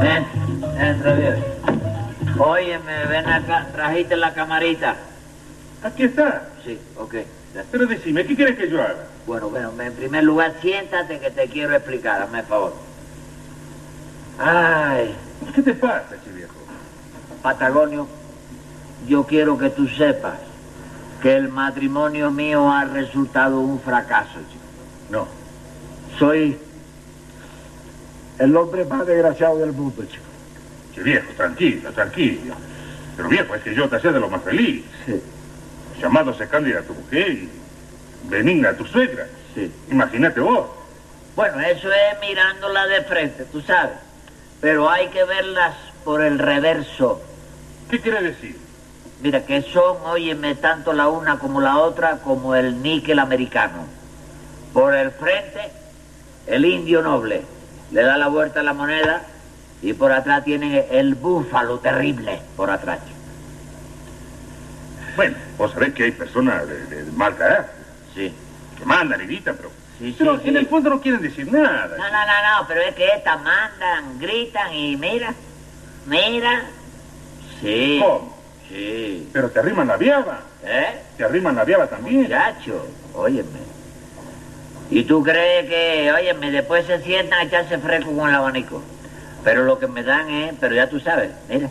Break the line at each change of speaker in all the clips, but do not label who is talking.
Ven, entra bien. Óyeme, ven acá, trajiste la camarita.
Aquí está.
Sí, ok. gracias.
Pero decime, ¿qué quieres que yo haga?
Bueno, bueno, en primer lugar, siéntate que te quiero explicar, hazme el favor. Ay,
Pues, ¿Qué te pasa, chiviejo?
Patagonio, yo quiero que tú sepas que el matrimonio mío ha resultado un fracaso, chico.
No.
Soy el hombre más desgraciado del mundo, chico.
Chiviejo, tranquilo, tranquilo. Pero viejo, es que yo te hacía de lo más feliz.
Sí,
Llamado se Cándida a tu mujer y benigna a tu suegra.
sí.
Imagínate vos.
Bueno, eso es mirándola de frente, tú sabes. Pero hay que verlas por el reverso.
¿Qué quiere decir?
Mira, que son, óyeme, tanto la una como la otra, como el níquel americano. Por el frente, el indio noble le da la vuelta a la moneda y por atrás tiene el búfalo terrible, por atrás.
Bueno, vos sabés que hay personas de, de mal carácter,
Sí.
que mandan y gritan, pero...
Sí, sí,
pero
sí. Ah,
en el fondo no quieren decir
No,
nada.
no, no, no, pero es que estas mandan, gritan y mira, mira. Sí.
¿Cómo?
Sí.
Pero te arriman la viaba,
¿Eh?
te arriman la viaba también.
Muchacho, óyeme. ¿Y tú crees que, óyeme, después se sientan a echarse fresco con el abanico? Pero lo que me dan es, pero ya tú sabes, mira,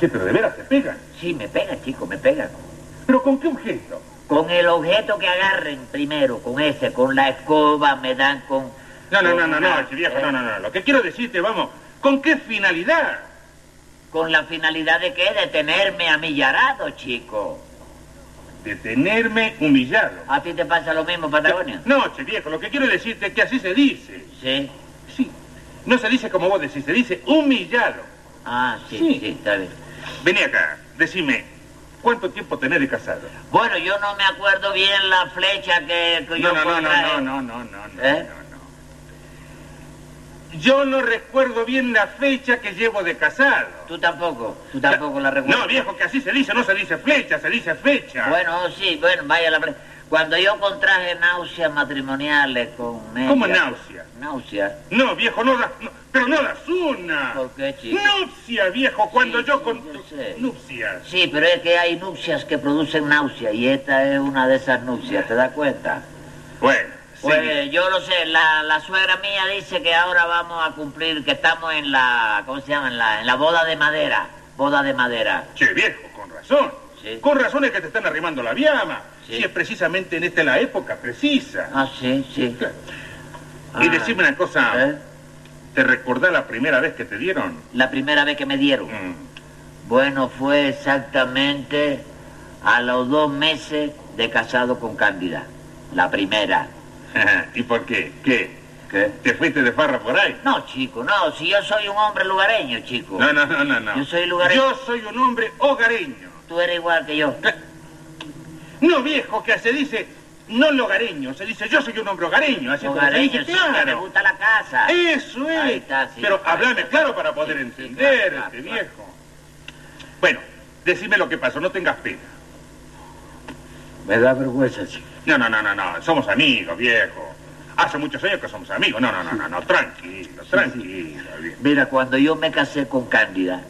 Sí, pero de veras te pegan.
sí, me pega, chico, me pega.
¿Pero con qué objeto?
Con el objeto que agarren primero, con ese, con la escoba, me dan con...
No, no, no,
con
no,
una-
no, chiviejo,
eh,
no, no, no. Lo que quiero decirte, vamos, ¿con qué finalidad?
¿Con la finalidad de qué? De tenerme amillarado, chico.
De tenerme humillado.
¿A ti te pasa lo mismo, Patagonia?
No, chiviejo, lo que quiero decirte es que así se dice.
Sí.
Sí. No se dice como vos decís, se dice humillado.
Ah, sí,
Sí.
sí, está bien.
Vení acá, decime, ¿cuánto tiempo tenés de casado?
Bueno, yo no me acuerdo bien la flecha que, que yo
No, no, no,
contraje.
no, no, no, no, no, no,
¿Eh?
no, no. Yo no recuerdo bien la fecha que llevo de casado.
Tú tampoco, tú tampoco la recuerdas.
No, viejo, que así se dice, no se dice flecha, se dice fecha.
Bueno, oh, sí, bueno, vaya la... pre- Cuando yo contraje náuseas matrimoniales con ella...
¿Cómo náusea?
Náuseas.
No, viejo, no las... no, pero no las una.
¿Por qué, chico?
Nupcia, viejo, cuando
Sí,
yo
sí,
con...
yo sé.
Nupcias.
Sí, pero es que hay nupcias que producen náuseas y esta es una de esas nupcias, ¿te das cuenta?
Bueno, sí.
Pues yo lo sé, la, la suegra mía dice que ahora vamos a cumplir, que estamos en la... ¿Cómo se llama? En la, en la boda de madera. Boda de madera.
Che, viejo, con razón.
Sí.
Con razón es que te están arrimando la viama.
Sí.
Si es precisamente en esta la época precisa.
Ah, sí, sí.
Y
Ah,
decime una cosa,
¿eh?
¿te recordás la primera vez que te dieron?
La primera vez que me dieron.
Mm.
Bueno, fue exactamente a los dos meses de casado con Cándida. La primera.
¿Y por qué? ¿Qué?
¿Qué?
¿Te fuiste de farra por ahí?
No, chico, no. Si yo soy un hombre lugareño, chico.
No, no, no, no, no.
Yo soy lugareño.
Yo soy un hombre hogareño.
Tú eres igual que yo.
No, viejo, que se dice no hogareño, se dice yo soy un hombre hogareño. Así como se
Lugareño,
dice,
sí, que me
claro.
gusta la casa.
Eso es.
Ahí está, sí.
Pero háblame claro para poder
Sí, sí,
entender
claro,
este
claro,
viejo. Bueno, decime lo que pasó, no tengas pena.
Me da vergüenza, chico.
No, no, no, no, no, somos amigos, viejo. Hace muchos años que somos amigos. No, no, no, no, no, tranquilo, tranquilo, viejo.
Mira, cuando yo me casé con Cándida,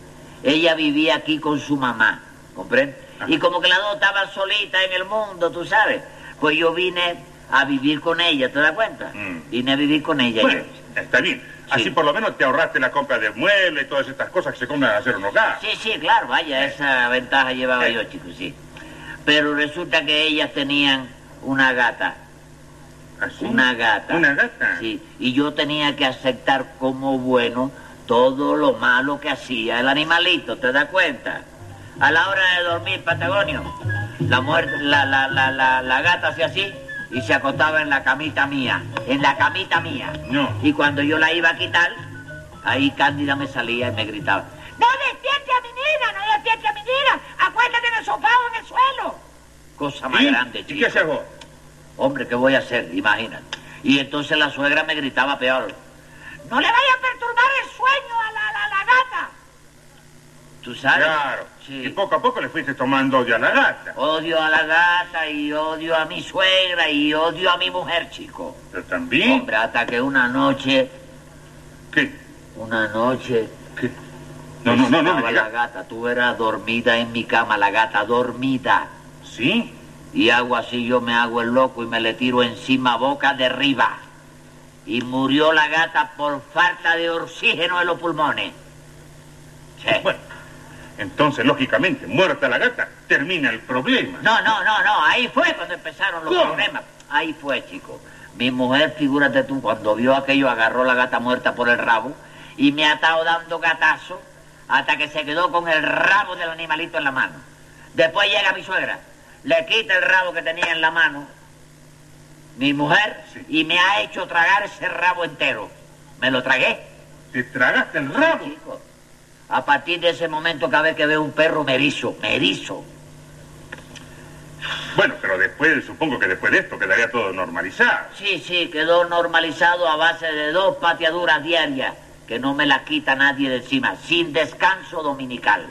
ella vivía aquí con su mamá, ¿comprendes?
Ajá.
Y como que las dos estaban solitas en el mundo, tú sabes, pues yo vine a vivir con ella, ¿te das cuenta?
Mm.
Vine a vivir con ella.
Bueno,
yo.
está bien. Así
Sí.
por lo menos te ahorraste la compra de muebles y todas estas cosas que se compran al hacer un hogar.
Sí, sí, claro, vaya, esa ventaja llevaba
Eh.
yo, chicos, sí. Pero resulta que ellas tenían una gata,
¿Así?
una gata.
¿Una gata?
Sí, y yo tenía que aceptar como bueno todo lo malo que hacía el animalito, ¿te das cuenta? A la hora de dormir, Patagonio, la, muerte, la, la, la, la, la gata hacía así y se acostaba en la camita mía, en la camita mía.
No.
Y cuando yo la iba a quitar, ahí Cándida me salía y me gritaba,
No despierte a mi nena, no despierte a mi nena. Acuérdate en el sofá o en el suelo.
cosa más
¿Y?
grande,
¿Y qué
chico.
hacías vos?
Hombre, ¿qué voy a hacer? Imagina. Y entonces la suegra me gritaba peor.
No le vaya a perturbar el sueño a la, la, la gata.
¿Tú sabes?
Claro. Y
Sí.
poco a poco le fuiste tomando odio a la gata.
Odio a la gata y odio a mi suegra y odio a mi mujer, chico.
Pero también.
Hombre, hasta que una noche,
¿Qué?
una noche...
¿Qué? No, no, no, no.
estaba
me
la
digas.
gata, tú eras dormida en mi cama, la gata dormida.
¿Sí?
Y hago así, yo me hago el loco y me le tiro encima boca de arriba. Y murió la gata por falta de oxígeno en los pulmones. Che.
Pues Bueno. Entonces, lógicamente, muerta la gata, termina el problema.
No, no, no, no, ahí fue cuando empezaron los
¿Cómo?
problemas. Ahí fue, chico. Mi mujer, figúrate tú, cuando vio aquello, agarró la gata muerta por el rabo y me ha estado dando gatazo hasta que se quedó con el rabo del animalito en la mano. Después llega mi suegra, le quita el rabo que tenía en la mano, mi mujer,
Sí.
y me ha hecho tragar ese rabo entero. Me lo tragué.
Te tragaste el rabo.
Chico, a partir de ese momento, cada vez que veo un perro, me erizo, me erizo.
Bueno, pero después, supongo que después de esto quedaría todo normalizado.
Sí, sí, quedó normalizado a base de dos pateaduras diarias que no me la quita nadie de encima, sin descanso dominical.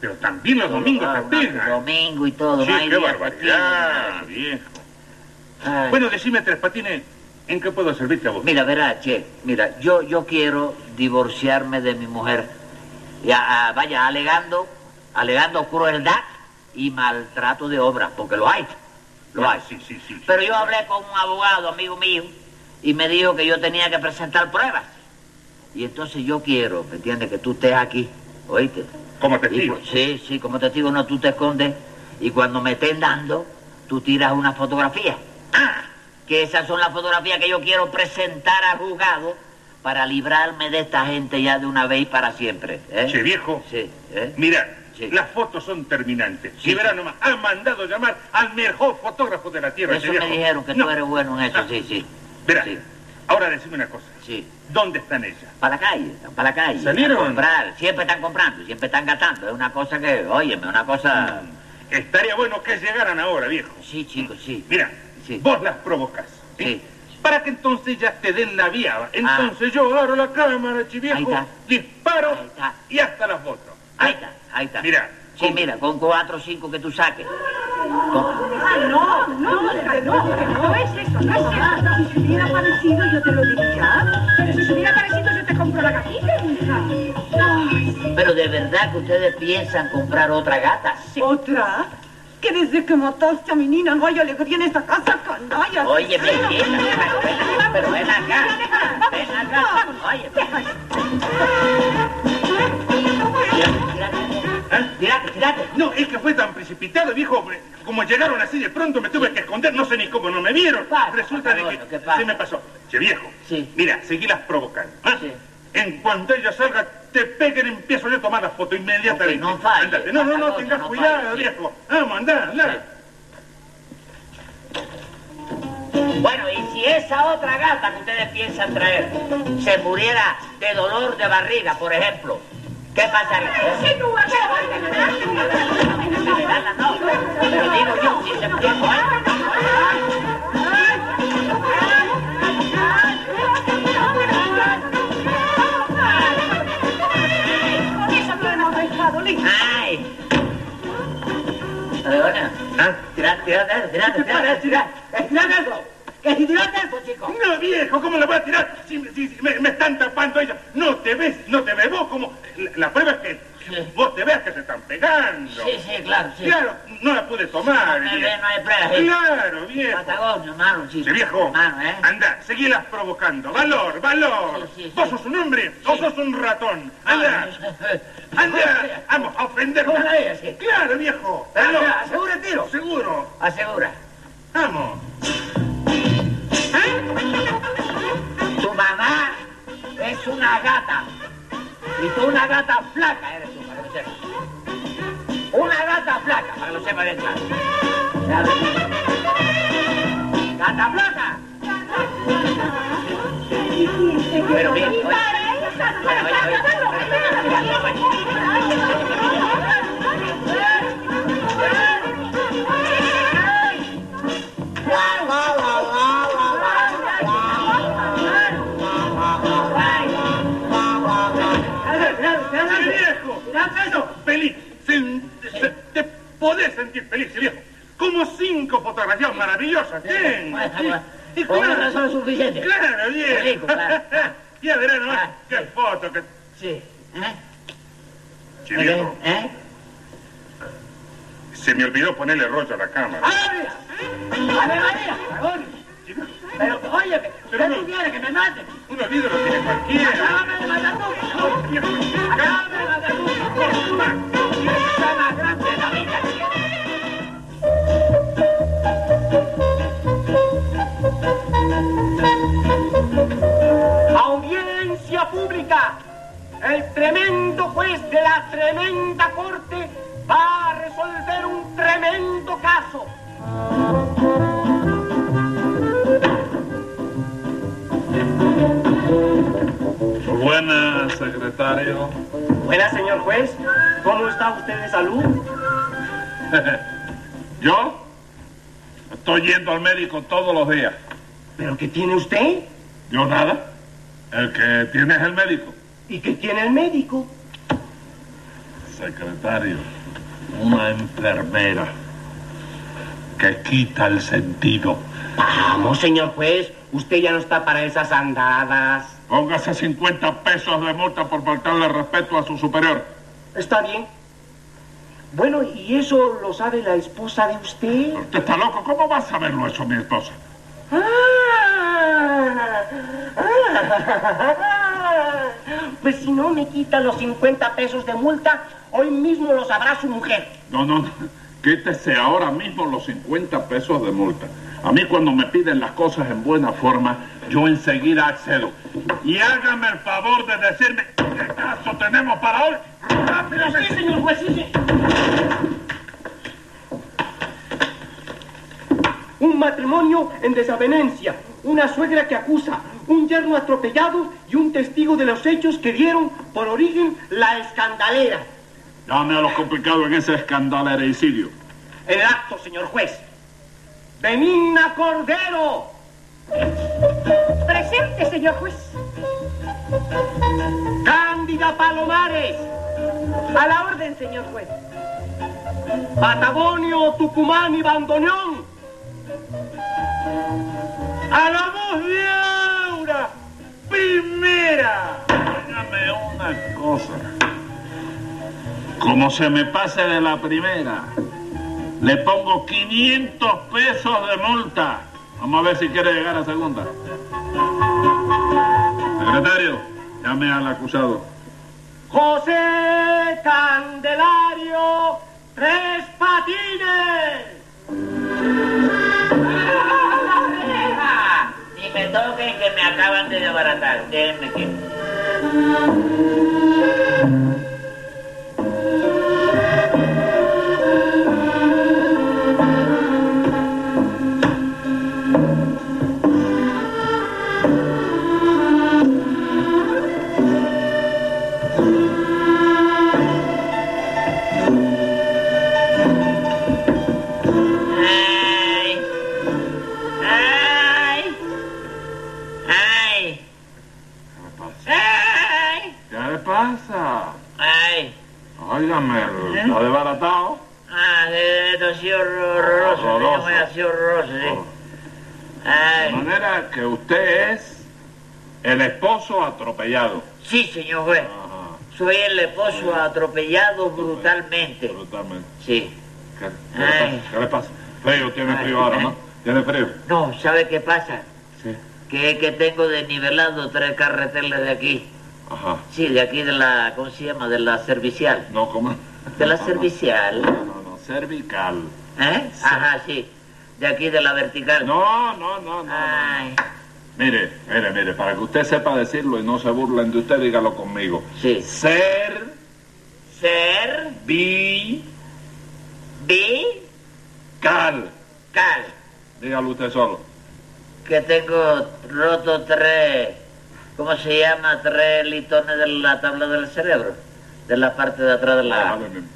Pero también los domingos
Ah,
te
una-
pegan.
Domingo y todo,
Sí,
no hay
qué
día
barbaridad,
festivo,
viejo.
no hay- Ay,
Bueno, decime, Tres Patines, ¿en qué puedo servirte a vos?
mira, verá, che, mira, yo, yo quiero divorciarme de mi mujer, y a- a- vaya, alegando, alegando crueldad y maltrato de obra, porque lo hay, lo
Bueno,
hay.
Sí, sí, sí.
Pero yo hablé con un abogado, amigo mío, y me dijo que yo tenía que presentar pruebas. Y entonces yo quiero, ¿me entiendes? Que tú estés aquí, ¿oíste?
Como
Y,
testigo.
pues, sí, sí, como testigo no, tú te escondes y cuando me estén dando, tú tiras una fotografía.
Ah,
Que esas son las fotografías que yo quiero presentar al juzgado para librarme de esta gente ya de una vez y para siempre. ¿eh?
che, viejo.
Sí, ¿eh?
Mira,
Sí.
las fotos son terminantes.
Sí,
y verá
sí.
nomás, han mandado llamar al mejor fotógrafo de la Tierra.
Eso
che,
me
viejo.
dijeron que
No, Ah.
tú eres bueno en eso,
No.
sí, sí.
Verá,
Sí,
ahora decime una cosa.
sí.
¿Dónde están ellas?
Para la calle, están para la calle.
¿Salieron?
A comprar, siempre están comprando, siempre están gastando. Es una cosa que, óyeme, una cosa...
Estaría bueno que llegaran ahora, viejo.
Sí, chicos, sí.
Mira,
Sí.
vos las provocas. ¿sí?
Sí. Ah.
Para que entonces ya te den la vía. Entonces yo agarro la cámara,
Ahí
chiviejo,
está.
disparo
Ahí está.
y hasta las fotos.
Ahí está, ahí está.
Mira,
Sí,
con-
mira, con cuatro o cinco que tú saques. Con-
Ay, no, no, no, no es eso, no es eso. Si se hubiera parecido, yo te lo diría.
Pero si se hubiera parecido, yo te compro la gatita, hija.
Ay,
Pero de verdad que ustedes piensan comprar otra gata.
¿Otra? Que desde que mataste a mi nina no hay alegría en esta casa, canalla.
Oye, mi
Pero-
hijita, pero ven acá, ven acá. Oye, tírate,
¿Eh?
tírate. Tírate, tírate.
No, es que fue tan precipitado, viejo. me- Como llegaron así de pronto, me tuve que esconder. No sé ni cómo no me vieron.
pasa,
Resulta de
Patagonio?
que
¿Qué pasa?
se me pasó. Che, viejo.
Sí.
Mira, seguilas provocando. ¿ah?
Sí.
En cuanto ella salga, te peguen, empiezo yo a tomar la foto inmediatamente.
Ok, no falle,
Andate. No, no, no,
Patagonio,
tengas
no
cuidado,
falle, sí.
viejo. Vamos, andá, andá.
Sí. Bueno, y si esa otra gata que ustedes piensan traer se muriera de dolor de barriga, por ejemplo, ¿qué pasaría?
Insinúa que la voy a ganar.
Gata, no, pero digo yo, si se muriera...
Con eso lo hemos dejado, Lina.
¡Ay! Leona,
¿Ah?
tirad, tirad eso, tirad, tirad eso, tirad, tirad eso. Que si tirad eso, chico.
No, viejo, ¿cómo la voy a tirar? Si, si- si me, me están tapando ella. No te ves, no te ves vos como... La, la prueba es que
Sí.
vos te veas que se están pegando.
Sí, sí, claro, sí.
Claro, no la pude tomar.
No me
viejo.
ve, no hay prueba, sí.
Claro, viejo.
Patagonio, hermano, chico.
Sí, viejo.
Hermano, ¿eh?
Anda, seguilas provocando. Valor,
Sí, Ah,
valor.
sí, sí.
Vos sos un hombre, vos sos un ratón. Anda, anda. Vamos a ofendernos.
Hola, ella, sí.
Claro, viejo.
Anda,
Valor.
asegura el tiro.
Seguro.
Asegura.
Vamos.
Tu mamá es una gata. Y tú una gata flaca eres tú, para que lo sepas. Una gata flaca, para que lo sepas bien claro. Claro. ¡Gata flaca! Pero bien, oye. Oye, oye, oye. Guau, guau,
podés sentir feliz, viejo. Como cinco fotografías maravillosas tengo.
Bueno,
Sí.
bueno,
Y
Con una
claro,
razón suficiente.
Claro, viejo.
Rico, claro.
ya verás nomás
Ah,
qué foto que...
Sí. ¿Eh?
Che, viejo,
¿Eh?
se me olvidó ponerle rollo a la cámara.
¡Ave ¡Ave María! ¡Dragones! Pero, óyeme,
Pero
¿qué
no.
tú quieres que me mate?
Unos vidrios lo tiene cualquiera.
¡Acábame de matar tú!
Por viejo,
¡Acábame de matar tú! ¡Esa más grande de la vida!
Audiencia pública. El tremendo juez de la tremenda corte va a resolver un tremendo caso.
Buenas, secretario.
Buenas, señor juez. ¿Cómo está usted de salud?
¿Yo? Estoy yendo al médico todos los días.
¿Pero qué tiene usted?
¿Yo nada? El que tiene es el médico.
¿Y qué tiene el médico?
Secretario, una enfermera que quita el sentido.
Vamos, señor juez. Usted ya no está para esas andadas.
Póngase 50 pesos de multa por faltarle respeto a su superior.
Está bien. Bueno, ¿y eso lo sabe la esposa de usted?
¿Usted está loco? ¿Cómo va a saberlo eso, mi esposa?
Ah. Pues si no me quita los 50 pesos de multa, hoy mismo lo sabrá su mujer.
No, no, no. quítese ahora mismo los 50 pesos de multa. A mí cuando me piden las cosas en buena forma, yo enseguida accedo. Y hágame el favor de decirme qué caso tenemos para hoy. Rápidamente.
señor juez, Un matrimonio en desavenencia, una suegra que acusa, un yerno atropellado y un testigo de los hechos que dieron por origen la escandalera.
Dame a los complicados en ese escandalereicidio.
En el acto, señor juez. Benigna Cordero.
Presente, señor juez.
Cándida Palomares,
A la orden, señor juez.
Patagonio, Tucumán y Bandoneón. A la voz de Aura, primera.
Dígame una cosa. Como se me pase de la primera, le pongo 500 pesos de multa. Vamos a ver si quiere llegar a segunda. Secretario, llame al acusado.
José Candelario, tres patines.
Ni me toquen que me acaban de desbaratar. Déjenme que... Ay. Ay. Ay. Ay.
¿Qué le pasa?
Ay.
Óigame, está desbaratado.
Ah, de- esto ha sido horroroso.
Horroroso.
señor, Ha sido horroroso, sí.
De
Ay.
manera que usted es el esposo atropellado.
Sí, señor juez.
Ajá,
Soy el esposo atropellado brutalmente.
brutalmente.
Sí.
¿Qué, qué le pasa?
Ay.
¿Qué le pasa? Frío, tiene
Ay.
frío ahora, ¿no? Tiene frío.
No, ¿sabe qué pasa?
Sí.
Que es que tengo desnivelado tres carreteles de aquí.
Ajá.
Sí, de aquí de la, ¿cómo se llama? De la servicial.
No, ¿cómo?
De la
No, no.
servicial.
No, no, no, cervical.
¿Eh? Ajá, sí. De aquí de la vertical.
No, no, no, no, no.
Ay,
Mire, mire, mire, para que usted sepa decirlo y no se burlen de usted, dígalo conmigo.
sí.
Ser,
Ser,
vi,
vi,
cal.
cal.
Dígalo usted solo.
Que tengo roto tres, ¿cómo se llama? Tres litones de la tabla del cerebro. De la parte de atrás de la...
Ah, Vale, mi-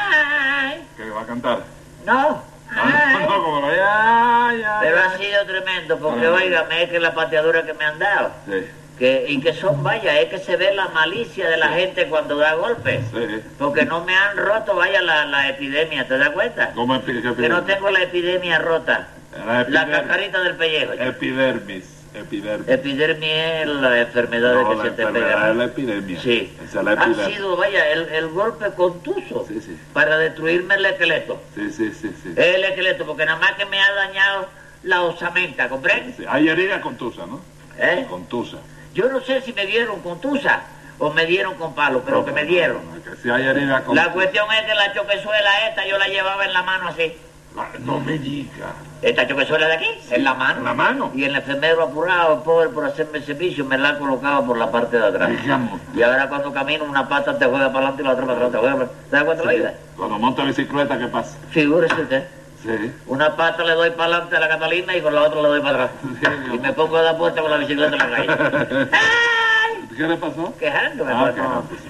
Ay,
que va a cantar.
no.
Ah,
Ay.
no, como lo- ya, ya,
Pero
ya.
ha sido tremendo, porque
Ah.
óigame, es que la pateadura que me han dado.
Sí.
Que, y que son, vaya, es que se ve la malicia de la gente cuando da golpes.
Sí.
Porque no me han roto, vaya, la, la epidemia, ¿te das cuenta?
¿Cómo es que- que-
Que no tengo la epidemia rota.
La Eh,
La
epider-
cascarita del pellejo.
Epidermis. Epidermis.
Epidemia es la enfermedad
No,
que
la
se te
enfermedad es
pega.
la epidemia.
Sí. Ah,
Esa es la
Ha
epidermis.
sido, vaya, el, el golpe contuso
Sí, sí.
para destruirme el esqueleto.
Sí, sí, sí, sí.
El esqueleto, porque nada más que me ha dañado la osamenta, ¿comprendes?
Sí, Hay herida contusa, ¿no?
¿Eh?
Contusa.
Yo no sé si me dieron con tusa o me dieron con palo, pero que me dieron.
Si hay herida contusa.
La cuestión es que la choquezuela esta yo la llevaba en la mano así.
Ah, No me diga.
Esta choquezuela de aquí, en la mano.
en la mano.
Y el enfermero apurado, el pobre por hacerme el servicio, me la colocaba por la parte de atrás.
Digamos.
Y ahora cuando camino, una pata te juega para adelante y la otra para atrás te juega para ¿Te das cuenta la vida?
Cuando monta bicicleta, ¿qué pasa?
Figúrese usted.
Sí.
Una pata le doy para adelante a la Catalina y con la otra le doy para atrás.
Sí.
Y me pongo a dar vueltas con la bicicleta en la calle. ¡Ay!
¿Qué le pasó?
Quejándome.
Ah,
pues,
que
no.
no, pues.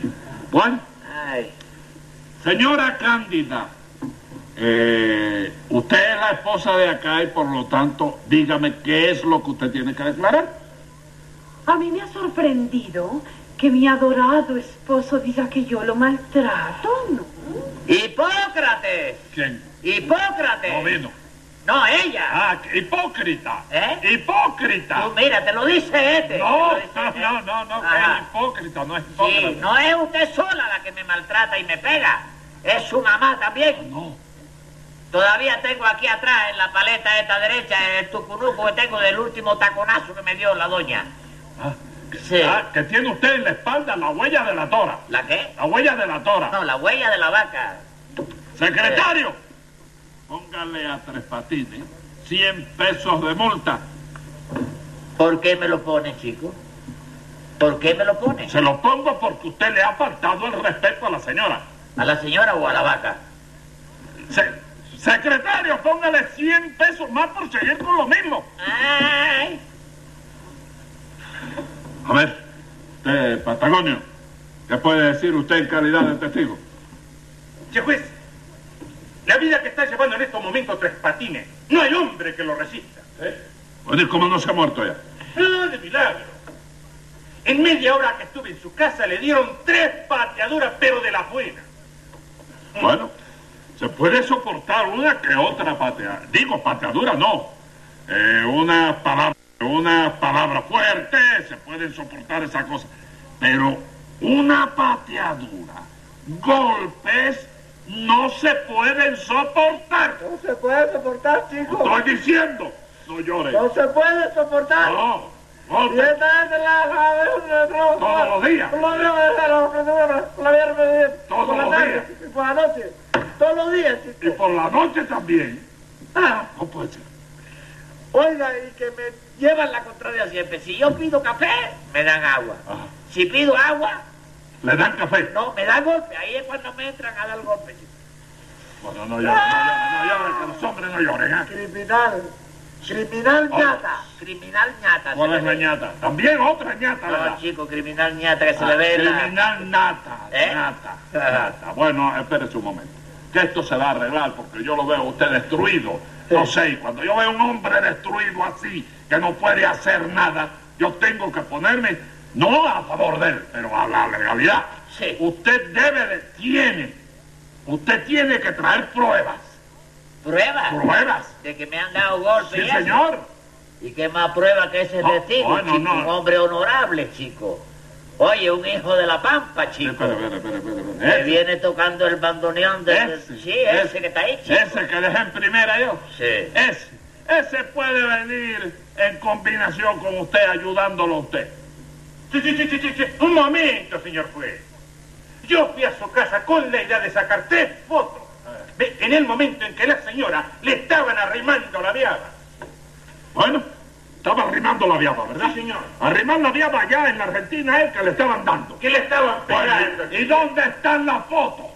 Bueno,
Ay.
señora Cándida, eh, usted es la esposa de acá y por lo tanto, dígame qué es lo que usted tiene que declarar.
A mí me ha sorprendido que mi adorado esposo diga que yo lo maltrato, ¿no?
¡Hipócrates!
¿Quién?
¡Hipócrates!
No vino.
No, ella.
Ah, que- hipócrita.
¿Eh? Tú
Hipócrita.
mira, te lo dice este. Te lo
No, no,
dice
no,
este.
no, no,
Ajá.
que es hipócrita, no es hipócrita.
Sí, no es usted sola la que me maltrata y me pega. Es su mamá también.
No.
Todavía tengo aquí atrás, en la paleta esta derecha, el tucunuco que tengo del último taconazo que me dio la doña.
Ah,
Sí.
ah, que tiene usted en la espalda la huella de la tora.
¿La qué?
La huella de la tora.
Ah,
No, la huella de la vaca.
eh.
Secretario, póngale a Tres Patines 100 pesos de multa.
¿Por qué me lo pone, chico? ¿Por qué me lo pone?
Se lo pongo porque usted le ha faltado el respeto a la señora.
¿A la señora o a la vaca?
Se- secretario, póngale 100 pesos más por seguir con lo mismo.
¡Ay!
A ver, usted, Patagonio, ¿qué puede decir usted en calidad de testigo?
Che juez, la vida que está llevando en estos momentos Tres Patines, no hay hombre que lo resista.
Bueno, ¿y cómo no se ha muerto ya?
¡Ah, de milagro! En media hora que estuve en su casa le dieron tres pateaduras, pero de las buenas.
Bueno, se puede soportar una que otra pateada. Digo, pateadura no. Eh, unas palabras una palabra fuertes, se pueden soportar esa cosa. Pero una pateadura, golpes, no se pueden soportar.
No se puede soportar, chico.
Estoy diciendo, no llores.
No se puede soportar.
No,
Y
golpes
esta es la
todos los días.
Por la mañana, por la mañana, por la mañana, por la mañana,
Todos
por la
los
tarde, y por la noche, todos los días.
Y
chico.
por la noche también.
Ah,
No puede ser.
oiga, y que me llevan la contraria siempre.
siempre. Si yo pido café, me dan agua.
Ajá.
Si pido agua,
Le dan café.
no, me dan golpe. Ahí es cuando me entran a dar golpe. chico.
Bueno, no llores, no llores, no llores, que los hombres no lloren. ¿ah?
Criminal, criminal
Oh.
ñata.
Criminal ñata.
¿Cuál
se
es
le
la
ve.
ñata? También otra ñata, ¿verdad?
No, chico, criminal ñata que se le
Ah,
ve la-
Criminal nata,
¿Eh?
nata,
Ajá.
nata. Bueno, espérese un momento. Que esto se va a arreglar porque yo lo veo a usted destruido. No sé, y cuando yo veo a un hombre destruido así, que no puede hacer nada, yo tengo que ponerme, no a favor de él, pero a la legalidad.
Sí.
Usted debe de, tiene, usted tiene que traer pruebas.
Prueba
¿Pruebas?
de que me han dado golpe.
Sí,
y eso.
señor.
¿Y qué más prueba que ese
No,
testigo,
bueno,
chico?
no.
Un hombre honorable, chico. Oye, un hijo de la pampa, chico.
Espera, espera, espera, espera,
que
espera.
viene tocando el bandoneón de...
Ese,
sí, ese,
ese.
que está ahí, chico.
Ese que dejé en primera yo.
Sí.
Ese, ese puede venir en combinación con usted, ayudándolo a usted.
Sí, sí, sí, sí, sí, sí. Un momento, señor juez. Yo fui a su casa con la idea de sacar tres fotos. Ve, En el momento en que la señora le estaban arrimando la viada.
Bueno, estaba arrimando la viaba, ¿verdad?
Sí, señor.
Arrimar la viaba allá en la Argentina es que le estaban dando.
Que le estaban pegando.
Bueno, ¿y dónde están las fotos?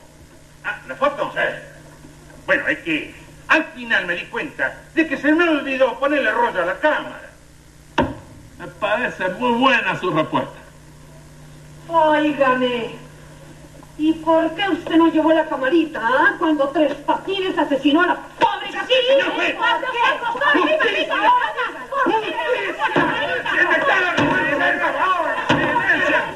Ah, ¿La foto? Bueno, es que al final me di cuenta de que se me olvidó ponerle rollo a la cámara.
Me parece muy buena su respuesta.
Óigame, ¿y por qué usted no llevó la camarita ah, cuando Tres Patines asesinó a la pobre Casilda?
señor juez.
¿Por qué?
¡Justicia!
¡Dígalo, dígalo!
¡Justicia! ¡Que me está la vergüenza, por favor!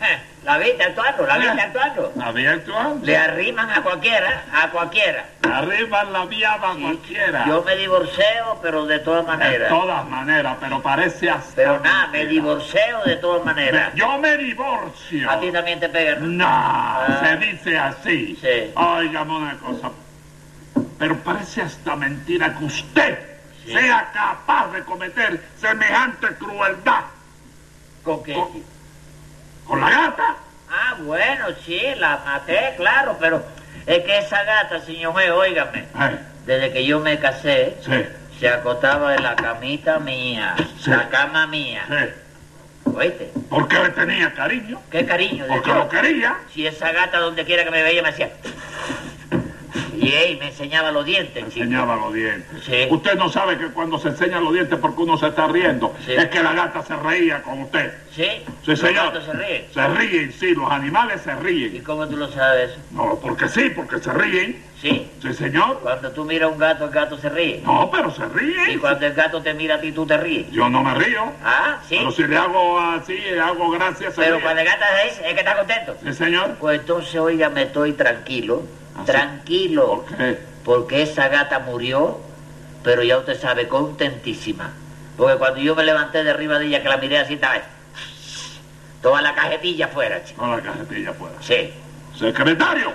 Eh, la viste actuando, la
Eh.
viste actuando.
La vi
¿ah?
actuando.
Le arriman a cualquiera, a cualquiera.
Arriba la viaba cualquiera.
Yo me divorceo, pero de todas
De
maneras.
todas maneras, pero parece hasta...
Pero nada, me
mentira.
divorceo de todas maneras.
Yo me divorcio.
A ti también te pegan.
No, se dice así.
Sí.
Óigame una cosa. Pero parece hasta mentira que usted sea capaz de cometer semejante crueldad
¿Con qué?
Con- con la gata.
Ah, bueno, sí, la maté, claro, pero es que esa gata, señor juez, óigame,
Eh,
desde que yo me casé,
sí,
se acostaba en la camita mía,
Sí.
la cama mía.
sí.
¿Oíste?
¿Por qué le tenía cariño?
Qué cariño. de
Porque lo
Dios.
quería.
Si esa gata donde quiera que me veía me hacía... Y ey, me enseñaba los dientes, chico.
Enseñaba los dientes.
Sí.
Usted no sabe que cuando se enseñan los dientes porque uno se está riendo,
Sí.
es que la gata se reía con usted.
¿Sí?
Sí,
Los
señor.
gatos se ríen.
Se ríen, sí, los animales se
¿Y
ríen.
cómo tú lo sabes?
No, porque sí, porque se ríen.
Sí.
Sí, señor.
Cuando tú miras a un gato, el gato se ríe.
No, pero se
Y
ríen.
cuando el gato te mira a ti, tú te ríes.
Yo no me río.
Ah, sí.
Pero si le hago así, le hago gracias a
Pero cuando el gato se dice, es que está contento.
Sí, señor.
Pues entonces, oiga, me estoy tranquilo.
Ah, sí.
Tranquilo.
¿Por qué?
Porque esa gata murió, pero ya usted sabe, contentísima. Porque cuando yo me levanté de arriba de ella, que la miré así, estaba... Toda la cajetilla afuera, chico.
Con la cajetilla fuera.
Sí.
Secretario.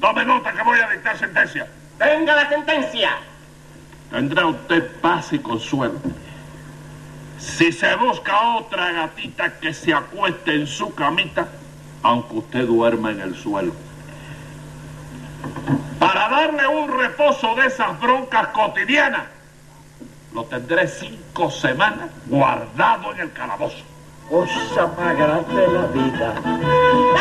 Tome nota que voy a dictar sentencia.
Venga la sentencia.
Tendrá usted paz y consuelo. Si se busca otra gatita que se acueste en su camita, aunque usted duerma en el suelo. Para darle un reposo de esas broncas cotidianas, lo tendré cinco semanas guardado en el calabozo.
Cosa más grande de la vida.